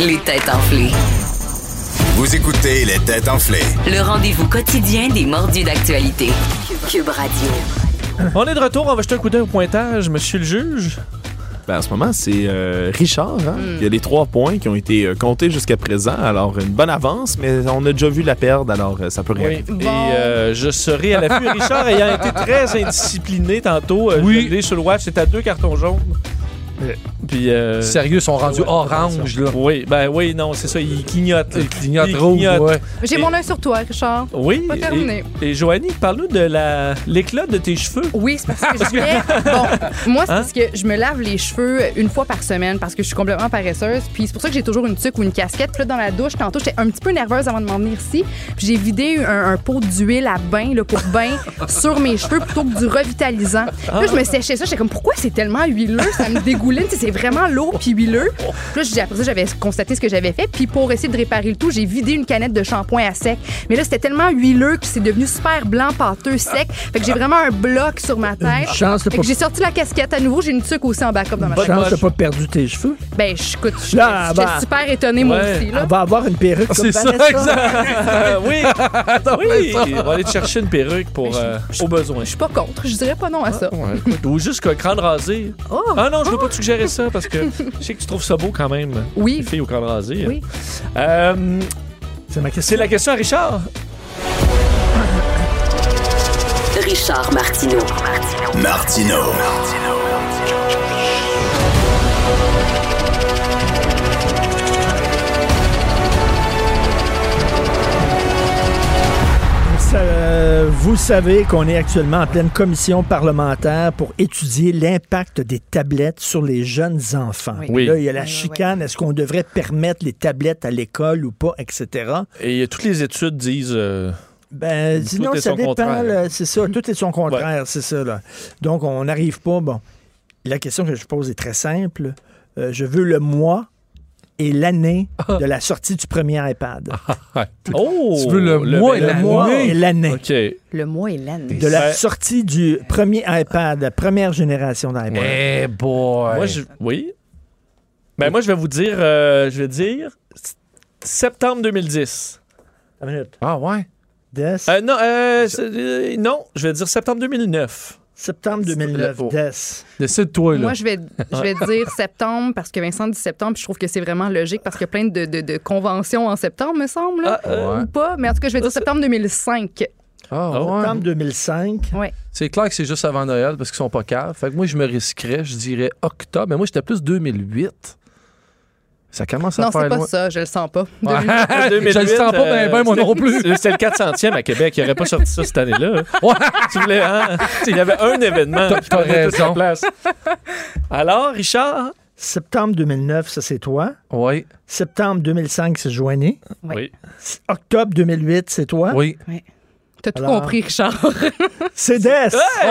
Les têtes enflées. Vous écoutez les têtes enflées. Le rendez-vous quotidien des mordus d'actualité. Cube Radio. On est de retour, on va jeter un coup d'œil au pointage, monsieur le juge. Ben, en ce moment, c'est euh, Richard. hein. Il y a les trois points qui ont été euh, comptés jusqu'à présent. Alors, une bonne avance, mais on a déjà vu la perdre, alors euh, ça peut rien. Et euh, je serai à l'affût. Richard ayant été très indiscipliné tantôt, euh, Oui. je l'ai sur le watch, c'est à deux cartons jaunes. Euh, Puis, euh, Sérieux, ils sont rendus ouais, orange, là. Oui, ben oui, non, c'est ça, il clignote. Ils clignotent Il rouge, clignote. ouais. J'ai mon œil sur toi, Richard. Oui. Pas terminé. Et, et Joanie, parle-nous de la- l'éclat de tes cheveux. Oui, c'est parce que je fais. Bon, moi, c'est parce que je me lave les cheveux une fois par semaine parce que je suis complètement paresseuse. Puis c'est pour ça que j'ai toujours une tuque ou une casquette. Puis là, dans la douche, tantôt, j'étais un petit peu nerveuse avant de m'en venir ici. Puis j'ai vidé un, un pot d'huile à bain, le pour bain, sur mes cheveux plutôt que du revitalisant. Puis là, je Ah. me séchais ça. J'étais comme, pourquoi c'est tellement huileux? Ça me dégouline. Tu sais, c'est vraiment l'eau puis huileux. Puis là, j'ai- après ça, j'avais constaté ce que j'avais fait. Puis pour essayer de réparer le tout, j'ai vidé une canette de shampoing à sec. Mais là, c'était tellement huileux que c'est devenu super blanc, pâteux, sec. Fait que j'ai vraiment un bloc sur ma tête. Chance, t'as Fait que j'ai pas, sorti la casquette à nouveau. J'ai une tuque aussi en backup dans ma tête. chance, t'as pas perdu tes cheveux. Ben, je- écoute, je Là, j'étais bah. Ah, super étonnée, moi Ouais. aussi. Là. Elle va avoir une perruque comme C'est ça, Vanessa. exact. Euh, oui, oui. On va aller te chercher une perruque pour Mais je- euh, au besoin. Je suis pas contre. Je dirais pas non à ça. Ah, Ou juste un crâne rasé. Oh. Ah non, je veux pas te suggérer ça parce que je sais que tu trouves ça beau quand même. Les Oui. filles au crâne rasé. Oui. Euh, C'est ma question. c'est la question à Richard. Richard Martineau. Martino. Ça, euh, vous savez qu'on est actuellement en pleine commission parlementaire pour étudier l'impact des tablettes sur les jeunes enfants. Oui. Là, il y a la Oui, oui, chicane. Est-ce qu'on devrait permettre les tablettes à l'école ou pas, etc. Et euh, toutes les études disent. euh, Ben, Tout sinon, est ça son dépend. contraire. là, C'est ça. Tout est son contraire, c'est ça. Là. Donc, on n'arrive pas. Bon, la question que je pose est très simple. Euh, je veux le mois et l'année de la sortie du premier iPad. Oh! Tu veux le mois et le l'année. mois et l'année OK. Eh Le mois et l'année. de la Ouais. sortie du premier iPad, la première génération d'iPad. Eh boy. Moi, je. Oui. Ben, moi, je vais vous dire. euh, je vais dire. s- Septembre 2010. Une minute. Ah ouais. Des- Euh, non, euh, c'est- euh, non, je vais dire septembre 2009. septembre 2009. Oh. Des. Décide-toi, là. Moi, je vais, je vais dire septembre parce que Vincent dit septembre, puis je trouve que c'est vraiment logique parce qu'il y a plein de, de- de conventions en septembre, me semble. là. Ah, euh, Ouais. Ou pas, mais en tout cas, je vais dire septembre 2005. Ah ouais. Septembre 2005. C'est clair que c'est juste avant Noël parce qu'ils sont pas caves. Fait que moi, je me risquerais, je dirais octobre. Mais moi, j'étais plus 2008. Ça commence à non, faire c'est pas loin. ça, je le sens pas. Ouais. Ah, je le 2008, sens pas bien, euh, ben, moi non plus. C'était c'était le 400e à Québec. Il n'aurait pas sorti ça cette année-là. Ouais. Tu voulais, hein? Tu sais, Il y avait un événement. T'as- qui t'as prenait toute raison. la place. Alors, Richard? Septembre 2009, ça c'est toi. Oui, Septembre 2005, c'est Joanie. Ouais. Oui. Octobre 2008, c'est toi. oui. T'as tout Alors- compris, Richard. C'est Des. Oh!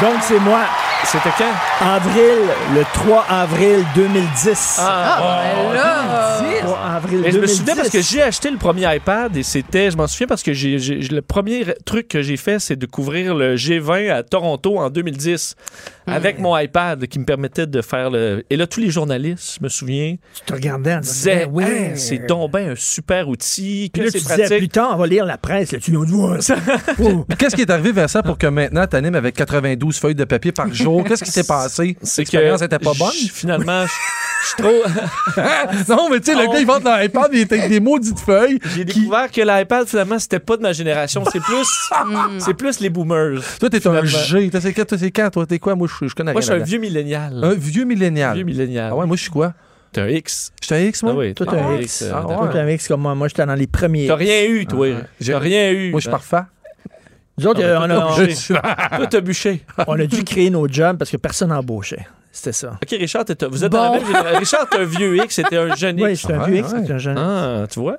Donc, c'est moi. C'était quand? Avril, le 3 avril 2010. Ah, ben là! 3 avril Mais 2010. je me souviens parce que j'ai acheté le premier iPad et c'était, je m'en souviens parce que j'ai, j'ai- le premier truc que j'ai fait, c'est de couvrir le G20 à Toronto en 2010 Mmh. avec mon iPad qui me permettait de faire le. Et là, tous les journalistes, je me souviens, Tu te regardais en disant, disaient Ben Eh oui. Hey, c'est donc ben un super outil, Puis que là, tu c'est disais, plus pratique. tard, on va lire la presse. Là, tu nous vois. ça. Oh. Mais Qu'est-ce qui est arrivé, Vincent, pour que maintenant t'animes avec 92 feuilles de papier par jour? Qu'est-ce qui s'est passé? C'est L'expérience était pas je- bonne? Finalement, je je suis trop. Non, mais tu sais, le On- gars, il vend dans l'iPad, il était avec des maudites feuilles. J'ai qui- découvert que l'iPad, finalement, c'était pas de ma génération. C'est plus, c'est plus les boomers. Toi, t'es un G. Toi, c'est quand, toi, c'est quand, toi? T'es quoi? Moi, je je connais Moi, je suis un rien. là-dedans. vieux millénial. Un vieux millénial. vieux millénial. Ah ouais, moi, je suis quoi? T'es un X. Je suis un X, moi? Ah oui, Toi, t'es t'es un un X. X. euh, Ah t'es- ouais. Toi, t'es un mix comme moi. Moi, j'étais dans les premiers. T'as rien eu, toi. J'ai- T'as rien eu. Moi, je suis parfait. Nous autres, euh, Ah, on, ben, a, toi, Je suis là. Toi, t'as bûché. on a dû créer nos jobs parce que personne n'embauchait. C'était ça. OK, Richard, t'es- vous êtes dans la même génération. Richard, t'es un vieux X, c'était un jeune Oui, X. j'étais un Ah, vieux X, ouais. Ah. j'étais un jeune. Ah, tu vois?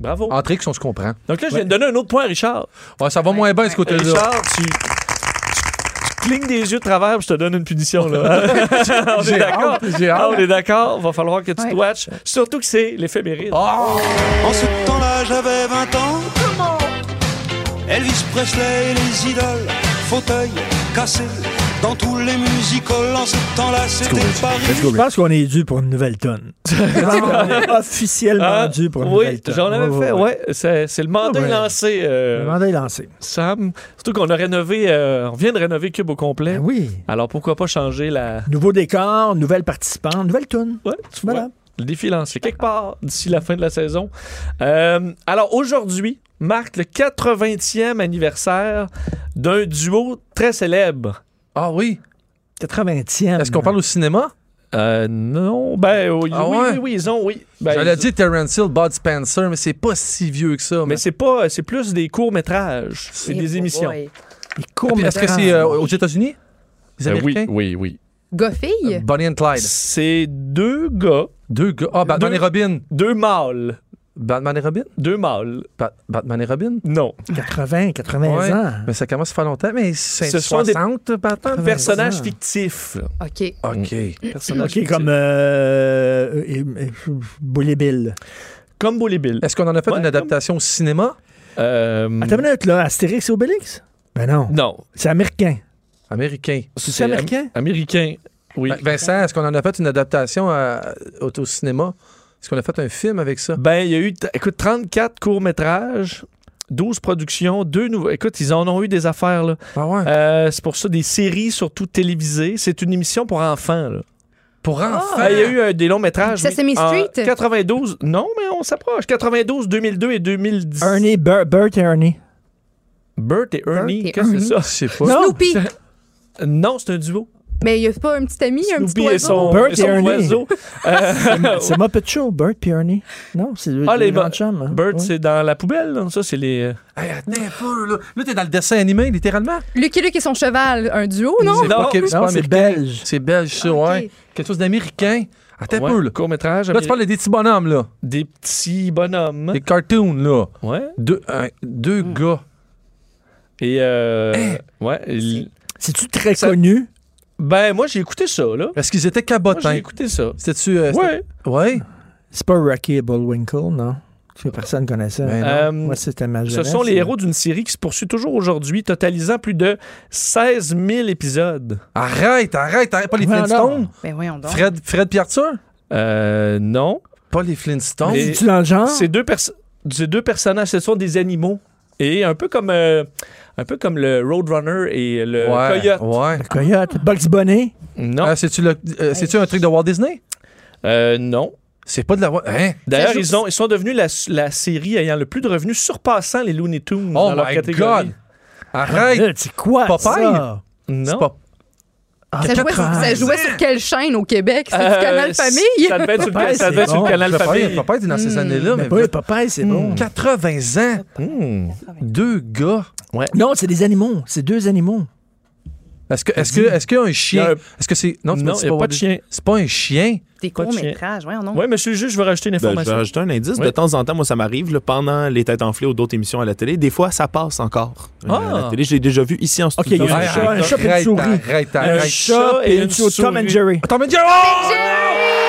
Bravo. Entre X, on se comprend. Donc là, je viens de donner un autre point à Richard. Ouais, ça va moins bien, ce côté-là. Richard, tu, tu, tu clignes des yeux de travers, puis je te donne une punition. Là. on est J'ai d'accord. hâte, j'ai Ah, on hâte. est d'accord. Va falloir que tu Ouais. te watches. Surtout que c'est l'éphéméride. Ah! En ce temps-là, j'avais 20 ans. Elvis Presley et les idoles, fauteuil cassé Dans tous les musicals en ce temps-là, c'était Paris. Je pense qu'on est dû pour une nouvelle tonne. Je pense qu'on est officiellement Ah, dû pour une oui, nouvelle tonne. j'en avais fait, ouais. C'est c'est le mandat Ouais. lancé, euh, Le mandat est lancé. Sam. Surtout qu'on a rénové, euh, on vient de rénover Cube au complet. Ben oui. Alors pourquoi pas changer la, Nouveau décor, nouvelle participante, nouvelle tune. Ouais, tu Voilà. vois, Le défi est lancé quelque part d'ici la fin de la saison. Euh, alors aujourd'hui marque le 80e anniversaire d'un duo très célèbre. Ah oui. 80e. Est-ce qu'on parle au cinéma? Euh, non, ben oui, Ah oui, ouais? oui, oui, ils ont, oui. Ben, J'allais ils- dire Terrence Hill, Bud Spencer, mais c'est pas si vieux que ça. Mais Mais c'est pas, c'est plus des courts métrages, c'est Eh des boy. émissions. Les courts Puis Est-ce que c'est euh, aux États-Unis? Les Euh, oui, Américains? oui, oui. Goffille? Bonnie and Clyde. C'est deux gars, Deux gars. Ah, Batman Deux- et Robin. deux mâles, Batman et Robin? deux mâles. Ba- Batman et Robin? Non, 80, 80 Ouais. ans. Mais ça commence à faire longtemps. Mais c'est Ce sont des- Mm. 60, Batman? personnages fictifs. OK. OK. Personnages OK, fictifs. comme euh, et- et- Bully Bill. comme Bully Bill. Est-ce qu'on en a fait Ouais, une comme- adaptation au cinéma? Euh, Attends une minute, là, Astérix et Obélix? Ben non, non, c'est américain. Américain. C'est américain? am- américain. Oui. Ben, Vincent, est-ce qu'on en a fait une adaptation à- au, au cinéma? Est-ce qu'on a fait un film avec ça? Ben, il y a eu, t- écoute, 34 courts-métrages, 12 productions, deux nouveaux. Écoute, ils en ont eu des affaires, là. Ah ouais. Euh, c'est pour ça des séries, surtout télévisées. C'est une émission pour enfants, là. Pour Ben, Il y enfants. a eu euh, des longs-métrages. oui. Sesame En Street? 92, non, mais on s'approche. 92, 2002 et 2010. Ernie, Bert, Bert et Ernie. Bert et Ernie, Bert et qu'est-ce que c'est ça? Je sais pas. Snoopy! Euh, Non, c'est un duo. Mais il n'y a pas un petit ami, un petit Snoopy oiseau? et son, Bert et son et Ernie. oiseau. Euh, C'est Muppet Show, Bert et Ernie. Non, c'est Ah, les les grands Bert- chums. hein. Bert, Ouais. c'est dans la poubelle. là. Ça, c'est les. euh, Hey, attends Ben, un peu, là. Là, t'es dans le dessin animé, littéralement. Lucky Luke et son cheval, un duo, non? C'est pas, Non. que- c'est Non, pas c'est américain. belge. C'est belge, ça, Ah, ok. ouais. Quelque chose d'américain. Attends un peu, là. court-métrage. Là, tu parles des petits bonhommes, là. Des petits bonhommes. Des cartoons, là. Ouais. Deux, un- deux gars. Et euh, Eh, ouais. il- C'est-tu très connu? Ben moi j'ai écouté ça là. Est-ce qu'ils étaient Moi, j'ai cabotins? écouté ça. C'était-tu. euh, Ouais. c'était- Ouais. C'est pas Rocky et Bullwinkle, non? Parce que personne ne connaît ça. Ben non. Euh, Moi, c'était ma ce jeunesse. sont hein. les héros d'une série qui se poursuit toujours aujourd'hui, totalisant plus de 16 000 épisodes. Arrête, arrête, arrête. Pas les Voilà. Flintstones. Ben voyons donc. Fred, Fred puis Arthur? Euh, non. Pas les Flintstones. Mais- Ah, C'est-tu dans le Ah. genre? Ces deux perso- ces deux personnages, ce sont des animaux et un peu comme euh, un peu comme le Roadrunner et le ouais. Coyote. Ouais. Le coyote, Bugs Bunny. euh, Non. Ah, c'est-tu, le- euh, c'est-tu un truc de Walt Disney? Euh, non. C'est pas de la. Hein? D'ailleurs, joue- ils, ont, ils sont devenus la, la série ayant le plus de revenus surpassant les Looney Tunes Oh dans leur my catégorie. God! Arrête! Là, C'est quoi Popeye? ça? Ah, Non. C'est pas. Ça jouait, sur, ça jouait sur quelle chaîne au Québec? C'était Euh, du Canal Famille? Ça devait être sur le, Ouais, ça c'est devait être sur le bon. canal Popeye, famille. Popeye était dans ces années-là, mais. Ben oui, Popeye, c'est Hmm. bon. 80 ans! Hmm. Deux gars! Non, c'est des animaux. C'est deux animaux. Est-ce que, est-ce que, est-ce qu'il y a un Il y chien? a un- Est-ce que c'est. Non, tu m'as Non, dit il c'est n'y a pas de Walt- chien. C'est pas un chien. Des Pas de chien. courts-métrages, voyons donc. Oui, monsieur le juge, je vais rajouter une Ben, je vais information. rajouter un indice. Oui. De temps en temps, moi, ça m'arrive, là, pendant les têtes enflées ou d'autres émissions à la télé, des fois, ça passe encore. Euh, Ah! à la télé, je l'ai déjà vu ici en Ok, il y studio. a un Arrête, chat, un chat et une arrête, souris. Arrête, Un arrête. chat et une souris. Tom and Jerry. Attends, mais Jerry!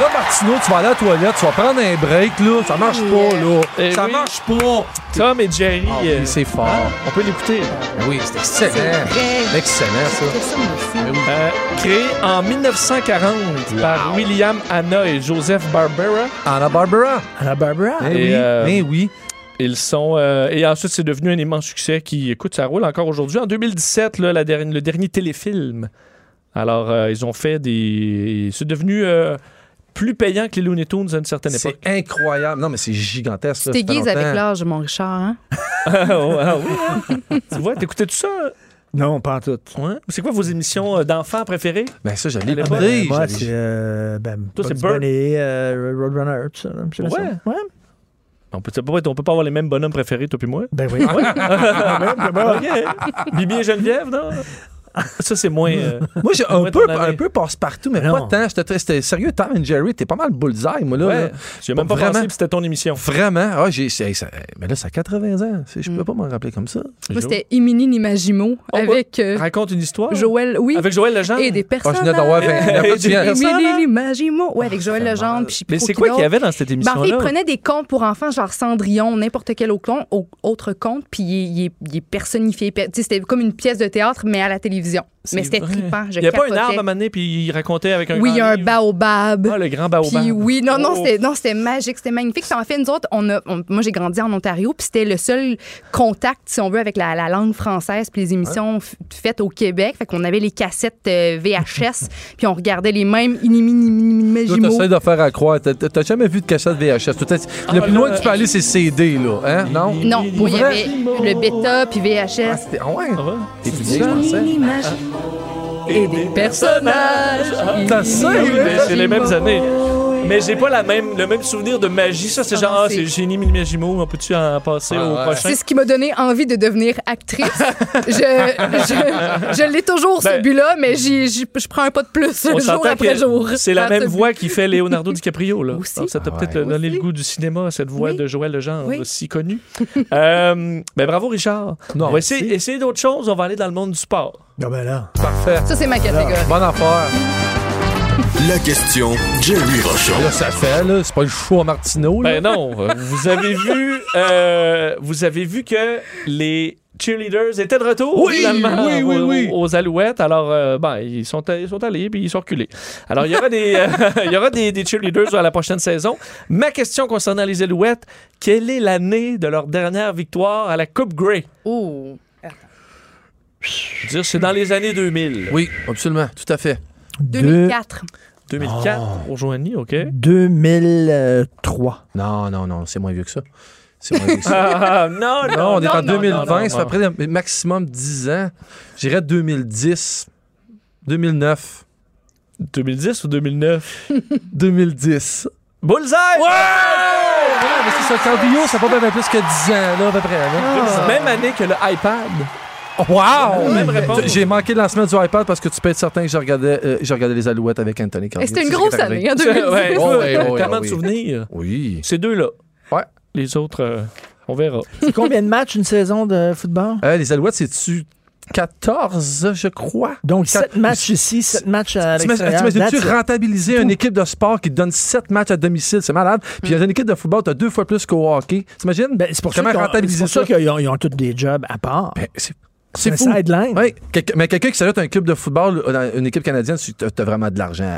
Là, Martino, tu vas aller à la toilette, tu vas prendre un break, là. Ça marche pas, là. Eh ça oui. marche pas. Tom et Jerry. Ah oui, euh, c'est fort. hein, on peut l'écouter. Oui, c'est excellent. vrai. Excellent, ça. C'est ça, moi aussi. Euh, créé en 1940 par William Hanna et Joseph Barbera. Anna Barbara. Anna Barbara. Eh Et, oui, euh, eh oui. Ils sont euh, et ensuite c'est devenu un immense succès qui écoute ça roule encore aujourd'hui. En 2017 là, la dernière- le dernier téléfilm. Alors euh, ils ont fait des c'est devenu euh, plus payant que les Looney Tunes à une certaine époque. C'est incroyable. Non, mais c'est gigantesque. là, T'es ça fait guise avec longtemps. l'âge, mon Richard, hein? Oh, ah oui, hein? tu vois, t'écoutais tout ça? hein? Non, pas en tout. Ouais. C'est quoi vos émissions euh, d'enfants préférées? Ben ça, j'allais Elle est le pas- dire. Moi, j'allais- c'est euh, ben, Toi, c'est Bugs Bert. Bunny, euh, Roadrunner, tout ça. là, j'aimais ça. Ouais. Ouais. On peut, ça peut pas être- on peut pas avoir les mêmes bonhommes préférés, toi et moi. Ben oui. Ouais. Ok. Bibi et Geneviève, non? Ça, c'est moins. euh, Moi, j'ai un Ouais, peu, ton année. un peu passe-partout, mais Non. pas tant. J'étais très- C'était sérieux, Tom and Jerry, t'es pas mal bullseye, moi, là. ouais. là. J'ai même pas Vraiment. pensé, puis c'était ton émission. Vraiment. Ah, j'ai. c'est- hey, ça- Mais là, ça a 80 ans. C'est- Je peux pas m'en rappeler comme ça. Moi, c'était Imini Nimagimo Oh, avec euh, Raconte une histoire. Joël, oui, Avec Joël Legendre. et des Ah, personnes. je venais d'avoir 29 ans, tu viens- Émilie Limagimo. Ouais, avec Joël Legendre. puis je sais Mais pas hein? Ah, c'est qui quoi qu'il y d'autre. avait dans cette Ben, en fait, il émission-là? prenait des contes pour enfants, genre Cendrillon, n'importe quel autre conte, au- autre conte, puis il est, il est- il est personnifié. Pe- tu sais, C'était comme une pièce de théâtre, mais à la télévision. Mais c'était trippant. Je Il n'y a pas un capotais. arbre à maner, puis il racontait avec un Oui, il y a un baobab. baobab. Ah, le grand baobab. Puis oui, non, non, Oh. c'était, non, c'était magique, c'était magnifique. Puis en fait, nous autres, on a, on- moi, j'ai grandi en Ontario, puis c'était le seul contact, si on veut, avec la, la langue française, puis les émissions f- faites au Québec. Fait qu'on avait les cassettes euh, VHS, puis on regardait les mêmes Toi, t'essaies inimini de faire à croire. T'as- T'as t'as jamais vu de cachette VHS. Toi, t'as- le plus loin que tu peux aller, c'est CD, là. Hein? Non? Non, moi, il y vrai? avait le bêta, puis VHS. C'était- Ah ouais? T'es plus C'est vieille, je pensais. Et des personnages. T'as ça, Ah oui, oui. mais c'est les mêmes années. Mais j'ai pas la même, le même souvenir de magie. Ça, c'est Ah, genre, ah, c'est- c'est génie Minimagimo, on peut-tu en passer Ah, au ouais. prochain? C'est ce qui m'a donné envie de devenir actrice. je, je, je l'ai toujours, ce Ben- but-là, mais j'y- j'y- je prends un pas de plus On jour s'entend après que jour. C'est la Par même ce voix qui fait Leonardo DiCaprio. Là. Aussi. Alors, ça t'a Ah peut-être ouais. donné Aussi. le goût du cinéma, cette voix Oui. de Joël Legendre, Oui. si connue. euh, ben, bravo, Richard. Non, on va essayer, merci. essayer d'autres choses. On va aller dans le monde du sport. Non, ben là. Parfait. Ça, Ah. c'est ma catégorie. Bonne affaire. La question Jerry Rochon. Là, ça fait, là. C'est pas le choix Martineau, là. Ben non, euh, vous avez vu, euh, vous avez vu que les cheerleaders étaient de retour Oui, finalement, oui, oui, aux, oui. aux Alouettes. Alors, euh, ben, ils sont, ils sont allés puis ils sont reculés. Alors, il y aura des, euh, il y aura des, des cheerleaders à la prochaine saison. Ma question concernant les Alouettes, quelle est l'année de leur dernière victoire à la Coupe Grey? Oh. Je veux dire, c'est dans les années 2000. Oui, absolument. Tout à fait. 2004. Ah, 2004, on joignit, OK? 2003. Non, non, non. C'est moins vieux que ça. C'est moins vieux que ça. Ah, non, non, Non, on est en non, non, 2020, non, non, ça fait près de maximum 10 ans. J'irais 2010, 2009, 2010 ou 2009? 2010. Bullseye! Ouais, mais c'est ça, quand bio, ça fait pas bien plus que 10 ans, là, à peu près. là. Même année que le iPad. Oh, wow! Même réponse. J'ai manqué le lancement du iPad parce que tu peux être certain que je regardais, euh, je regardais les Alouettes avec Anthony Cardier. Et Eh, C'était une C'est ça grosse qui est arrivé. année, hein, 2010. Ouais, Oh, ouais, t'as ouais, tellement de oui. souvenirs. Oui. Ces deux-là. Ouais. Les autres, euh, on verra. C'est combien de matchs une saison de football? Euh, les Alouettes, c'est-tu 14, je crois? Donc, Quatre- 7 matchs ici, 7 matchs à l'extérieur. T'imagines-tu That's it. rentabiliser une équipe de sport qui te donne 7 matchs à domicile? C'est malade. Puis dans une équipe de football, t'as deux fois plus qu'au hockey. T'imagines? Hmm. Ben, c'est pour ça Comment qu'ils ont- c'est rentabiliser pour ça? ça qu'ils ont, ils ont tous des jobs à part. Ben, c'est- un C'est fou. sideline. Ouais. Quelqu'un- mais quelqu'un qui s'ajoute à un club de football, euh, dans une équipe canadienne, tu as, vraiment de l'argent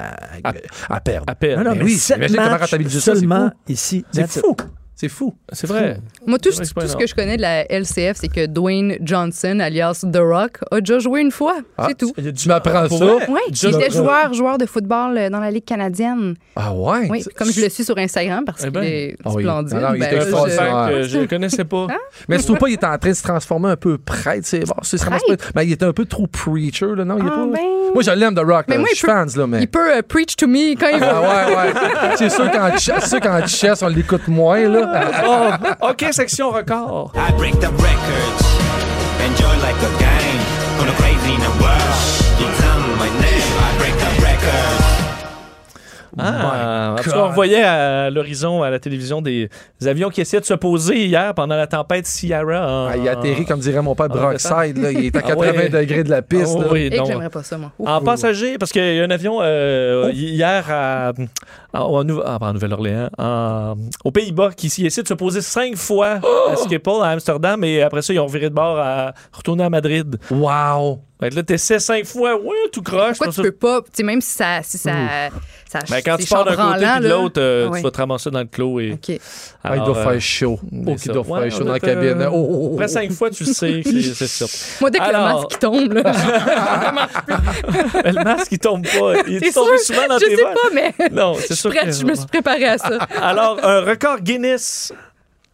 Ah. à, à perdre. À peine. Non, non, Ben mais oui, sept imagine comment matchs rentabiliser ça, c'est seulement fou. ici. C'est That's it. fou. C'est fou. C'est vrai. Moi, tout, C'est vrai que c'est pas tout ce énorme. que je connais de la LCF, c'est que Dwayne Johnson, alias The Rock, a déjà joué une fois. Ah, c'est tout. Tu m'apprends Pour ça? vrai? Oui, il Johnson- était joueur, joueur de football euh, dans la Ligue canadienne. Ah ouais? Oui, comme je le suis sur Instagram parce Eh qu'il ben. est Ah oui. splendide. Alors, il ben, était Un je- fun je- fact que Ouais. je ne connaissais pas. Hein? Mais je trouve pas qu'il est en train de se transformer un peu prêtre. C'est bon, c'est vraiment Prêtre? pas- Mais il était un peu trop preacher, là, non? Il est Ah, pas- ben. Moi, je l'aime, The Rock. Mais là. moi, je il suis peut- fans, là, mais. Il peut euh, preach to me quand il veut. Ah ouais, ouais. c'est sûr qu'en chess, c'est sûr qu'en chess, on l'écoute moins, là. Oh, OK, section record. I break the records. Enjoy like a game. Gonna crazy in the world. You tell me my name. I break the records. Oh Ah, parce qu'on voyait à l'horizon, à la télévision, des avions qui essayaient de se poser hier pendant la tempête Sierra. en- Ah, il atterrit, comme dirait mon père Ah, Brockside, là. Il est à Ah 80 ouais. degrés de la Ah, piste, là. oui, Et que non. Eh, j'aimerais pas ça, moi. Ouf. En passager, parce qu'il y a un avion Oh. euh, hier à, à- en Nou- ah, pas en Nouvelle-Orléans, en- aux Pays-Bas, qui s'y essaie de se poser cinq fois Oh! à Schiphol, à Amsterdam, et après ça, ils ont viré de bord à retourner à Madrid. Wow! Fait que là, t'essaies cinq fois, ouais, tout croche. Pourquoi comme tu ça. peux pas, tu sais, même si ça. Si ça, ça Ben, quand c'est tu pars d'un côté chambranlant, puis de là. l'autre, euh, Ah ouais. tu vas te ramasser dans le clos. Et... OK. Ah, il Alors, doit euh, faire chaud. Oh, c'est qu'il doit ça. Ouais, faire chaud on dans la est, euh, cabine. Oh, oh, oh, oh. Après cinq fois, tu le sais que c'est- c'est ça. Moi, dès que Alors- le masque il tombe, là, Mais le masque, il tombe pas. Il c'est est sûr, tombé souvent dans je tes sais mains. pas, mais Non, je c'est suis sûr prête, que- Ah, je me suis préparée à ça. Alors, un record Guinness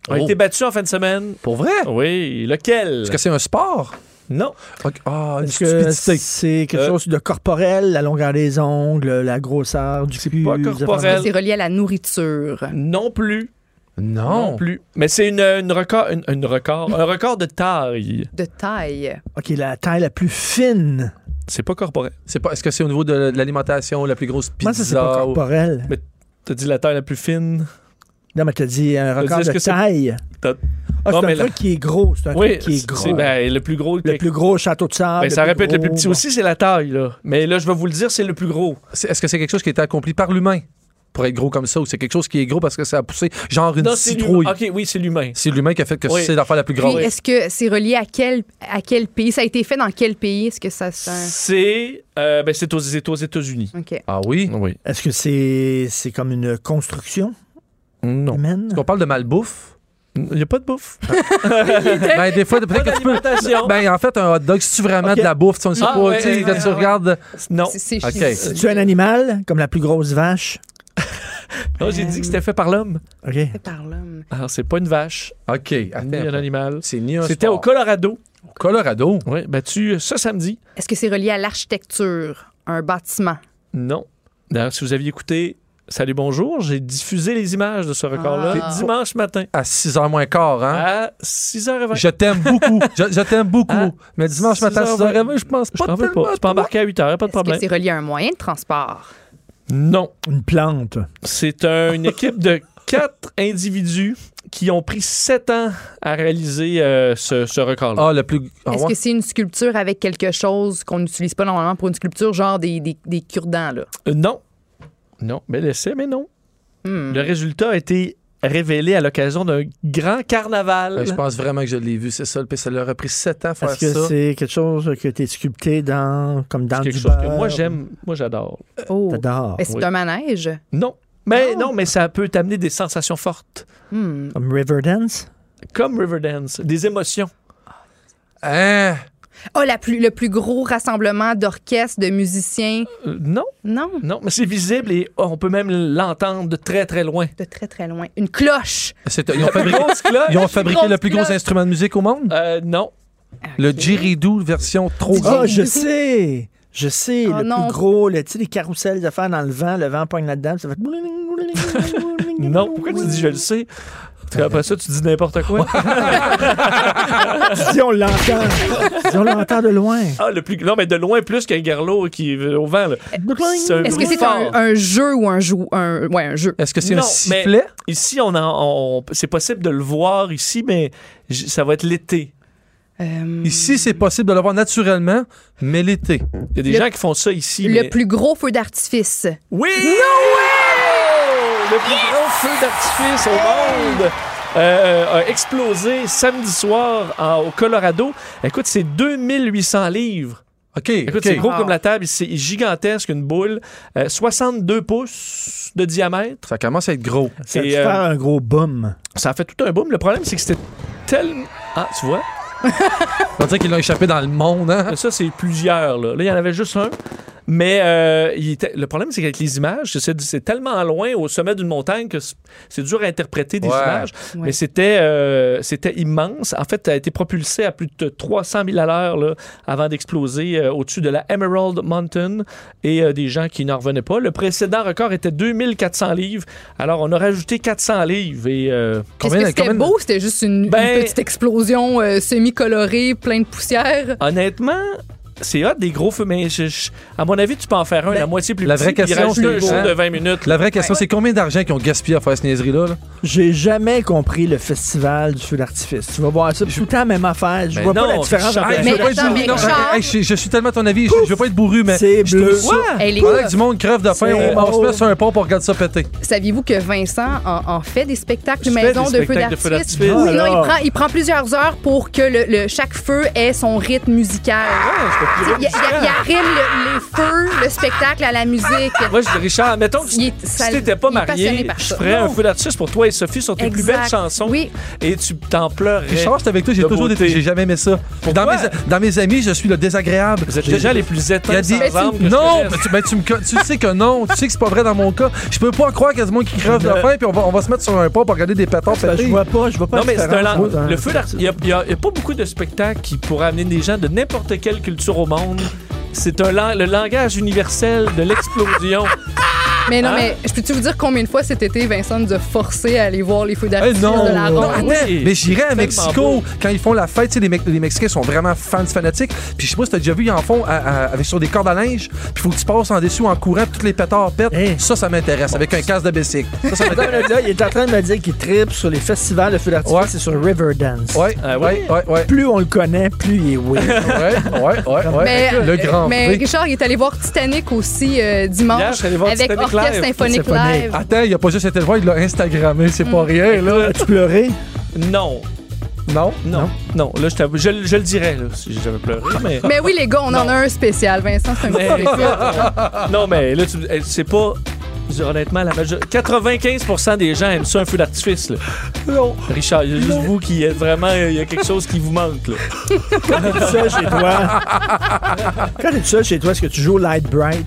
a Oh. été battu en fin de semaine. Pour vrai? Oui, lequel? Est-ce que c'est un sport? Non. Ok. Ah, une Est-ce que stupidité. c'est quelque Euh. chose de corporel, la longueur des ongles, la grosseur du cul? pas des affaires- corporel. C'est relié à la nourriture. Non plus. Non. Non plus. Mais c'est une, une record, une, une record, un record de taille. De taille. OK, la taille la plus fine. C'est pas corporel. C'est pas. Est-ce que c'est au niveau de, de l'alimentation, la plus grosse pizza Comment ça, c'est pas ou- corporel? Mais T'as dit la taille la plus fine. Non, mais t'as dit un dit, record est-ce de que c'est- taille. T'as- Ah, Non, c'est un mais la- truc qui est gros. C'est un Oui, truc qui est c'est- gros. c'est- ben, le plus gros. Le plus gros château de sable. Ben, ça plus répète le gros, plus petit bon. aussi, c'est la taille. là. Mais là, je vais vous le dire, c'est le plus gros. C'est- Est-ce que c'est quelque chose qui a été accompli par l'humain pour être gros comme ça ou c'est quelque chose qui est gros parce que ça a poussé genre une Non, c'est citrouille? l'humain. OK, oui, c'est l'humain. C'est l'humain qui a fait que Oui. c'est l'affaire la plus Puis, grosse. est-ce que c'est relié à quel, à quel pays? Ça a été fait dans quel pays? Est-ce que ça... c'est un- C'est euh, ben, c'est aux, c'est aux États-Unis. OK. Ah oui? Oui. Est-ce que c'est c'est comme une construction Non. humaine? Est-ce qu'on parle de malbouffe? Il n'y a pas de bouffe. Ben, des fois, peut-être que tu peux. d'alimentation. Ben, en fait, un hot dog, si tu vraiment Ok. de la bouffe, tu sais, on sait Ah, pas, ouais, tu sais, ouais, quand ouais, tu ouais. regardes. Non. C'est- C'est OK. c'est- C'est Tu es un animal, comme la plus grosse vache? Non, j'ai dit que c'était fait par l'homme. OK. C'est par l'homme. Alors, c'est pas une vache, OK, ni un attends. animal. C'est ni un C'était sport. au Colorado. Colorado. Oui, battu ce samedi. Est-ce que c'est relié à l'architecture? Un bâtiment? Non. D'ailleurs, si vous aviez écouté Salut Bonjour, j'ai diffusé les images de ce record-là Ah. dimanche matin À 6h moins quart, hein? à 6h20. Je t'aime beaucoup. Je, je t'aime beaucoup. Ah, mais dimanche matin, 6h20, 6h20, je pense Je pas t'en veux tellement pas. à Tu peux toi. embarquer à 8h, pas de Est-ce que problème. c'est relié à un moyen de transport? Non. Une plante. C'est un- une équipe de quatre individus qui ont pris sept ans à réaliser euh, ce, ce record-là. Ah, le plus. Ah, Est-ce ouais. que c'est une sculpture avec quelque chose qu'on n'utilise pas normalement pour une sculpture, genre des, des, des cure-dents, là? Euh, non. Mm. Non. Mais l'essai, mais non. Hmm. Le résultat a été révélé à l'occasion d'un grand Euh, carnaval. Je pense vraiment que je l'ai vu, c'est ça. le pire. Ça leur a pris 7 ans à faire Est-ce que ça. c'est quelque chose que tu es sculpté dans, comme dans C'est du quelque chose que beurre? moi j'aime, moi j'adore. Oh. T'adores. Est-ce que oui. c'est un manège? Non. Mais non, mais ça peut t'amener des sensations fortes, Hmm. Comme Riverdance? comme Riverdance, des émotions. Hein? Ah, la plus, le plus gros rassemblement d'orchestres, de musiciens. Euh, non, Non, non, mais c'est visible et oh, on peut même l'entendre de très très loin. de très, très loin. Une cloche. C'est- Ils ont fabriqué, Grosse cloche. ils ont fabriqué le plus gros cloche. instrument de musique au monde? Euh, non, Le Jiridou version trop Didgeridoo. grande. Ah, je sais! Je sais, Ah, le non. plus gros, le, tu sais, les carrousels de fer dans le vent, le vent pogne là-dedans, ça fait... non. Pourquoi tu dis je le sais? Parce qu'après ça, tu dis n'importe quoi. Si on l'entend, si on l'entend de loin. Ah, le plus... Non, mais de loin plus qu'un garlot qui est au vent. là. C'est un Est-ce que bruit c'est fort. un, un jeu ou un jou... un, ouais, un jeu? Est-ce que c'est un Non, mais- sifflet? Ici, on en- on- c'est possible de le voir ici, mais j- ça va être l'été. Euh, Ici, c'est possible de le voir naturellement, mais l'été. Il y a des Le- gens qui font ça ici. le mais- plus gros feu d'artifice. Oui! Le plus grand feu d'artifice au monde euh, a explosé samedi soir en- au Colorado. Écoute, c'est 2800 livres. OK. Écoute, OK. c'est gros Ah. comme la table, c'est gigantesque, une boule. Euh, 62 pouces de diamètre. Ça commence à être gros. Ça Et, fait euh, un gros boom. ça a fait tout un boom. Le problème, c'est que c'était tellement... Ah, tu vois? On dirait qu'ils l'ont échappé dans le monde, hein? Ça, c'est plusieurs. Là, Là, il y en avait juste un. Mais euh, il était- le problème, c'est qu'avec les images, c'est c'est tellement loin au sommet d'une montagne que c'est- c'est dur à interpréter des Ouais. images. Ouais. Mais c'était euh, c'était immense. En fait, ça a été propulsé à plus de 300 000 à l'heure là, avant d'exploser euh, au-dessus de la Emerald Mountain et euh, des gens qui n'en revenaient pas. Le précédent record était 2400 livres. Alors, on a rajouté 400 livres et... euh, Est-ce Combien- que c'était combien- beau? C'était juste une, une Ben- petite explosion euh, semi-colorée, pleine de poussière. Honnêtement, c'est hot des gros feux, mais je- je- à mon avis, tu peux en faire un la moitié plus Ben, la petit, vraie puis question, rajouter un c'est- show hein? de 20 minutes. La vraie question, c'est combien d'argent qu'ils ont gaspillé à faire cette niaiserie-là? là? J'ai jamais compris le festival du feu d'artifice. Tu vas voir ça, tout le temps la même affaire. Je Mais vois non, pas la différence Richard, entre la Hey, mais je, veux pas attends, être bourru, mais non, Richard- hey, je, je suis tellement à ton avis, je, je veux pas être bourru, mais. C'est bleu. Ah, Hey, les Pendant gars, que du monde crève de faim, C'est on, on se beau. met sur un pont pour regarder ça péter. saviez-vous que Vincent en, en fait des spectacles Je fais maison des de feux spectacles de feux d'artifice? d'artifice. Oui, non, il Alors. prend, il prend plusieurs heures pour que le, le- chaque feu ait son rythme musical. Ah Tu sais, il, il- il arrime le- les feux, le spectacle à la musique. Moi, je dis, Richard, mettons que Il est- si ça- t'étais pas il est passionné marié, par je ça. ferais un Non. feu d'artifice pour toi et Sophie sur tes plus Exact. belles chansons Oui. et tu t'en pleurerais. Richard, j'étais avec toi, j'ai De toujours beauté. été. J'ai jamais aimé ça. Dans Pourquoi? mes, dans mes amis, je suis le désagréable. vous êtes Je- les gens les plus Il a éteints dit sans âme que je non, connaisse. mais tu, ben, tu me co- tu sais que non, tu sais que c'est pas vrai dans mon cas. Je peux pas croire qu'il y a du monde qui crève de faim puis on va, on va se mettre sur un pont pour regarder des pétards Ben, je péter. vois pas, je vois pas Non, la mais c'est un différence lan- entre un- Le feu d'artifice, il n'y a, il y a pas beaucoup de spectacles qui pourraient amener des gens de n'importe quelle culture au monde. C'est un lang- le langage universel de l'explosion. Mais non, mais je peux-tu vous dire combien de fois cet été, Vincent nous a forcé à aller voir les feux d'artifice Eh non, Euh, de la non, ronde? ouais. Mais j'irai à Tellement Mexico quand ils font la fête. tu sais, Les, Mex- les Mexicains sont vraiment fans fanatiques. Puis je sais pas si t'as déjà vu, ils en font à- à- avec sur des cordes à linge. Puis faut que tu passes en dessous en courant, puis toutes les pétards pètent. Hey. Ça, ça m'intéresse. Avec un casque de bicycle. Ça, ça Attends une m'intéresse. minute, là, il est en train de me dire qu'il tripe sur les festivals de feux d'artifice Ouais. et sur Riverdance. Ouais, Ah ouais, oui? ouais, ouais, Plus on le connaît, plus il est weird. ouais, ouais, ouais, ouais. Mais, le grand mais V. Richard, il est allé voir Titanic aussi euh, dimanche Hier, je suis allé voir avec Titanic Orchestre live. Symphonique Symphonique. Live. Attends, il a pas juste été le voir, il l'a Instagrammé, c'est Mm. pas rien, là. As-tu pleuré? Non, Non? Ah. non, non. Là, je, t'avoue- je le- je le dirais, là, si j'avais pleuré. Mais... Mais oui, les gars, on en a un spécial. Vincent, c'est un Mais- petit spécial. non, mais là, tu, eh, c'est pas. Honnêtement, la major- 95% des gens aiment ça un feu d'artifice. là. Richard, il y a juste vous qui êtes vraiment. Il y a quelque chose qui vous manque. Là. Quand t'es seul chez toi, quand t'es seul chez toi, est-ce que tu joues au Light Bright?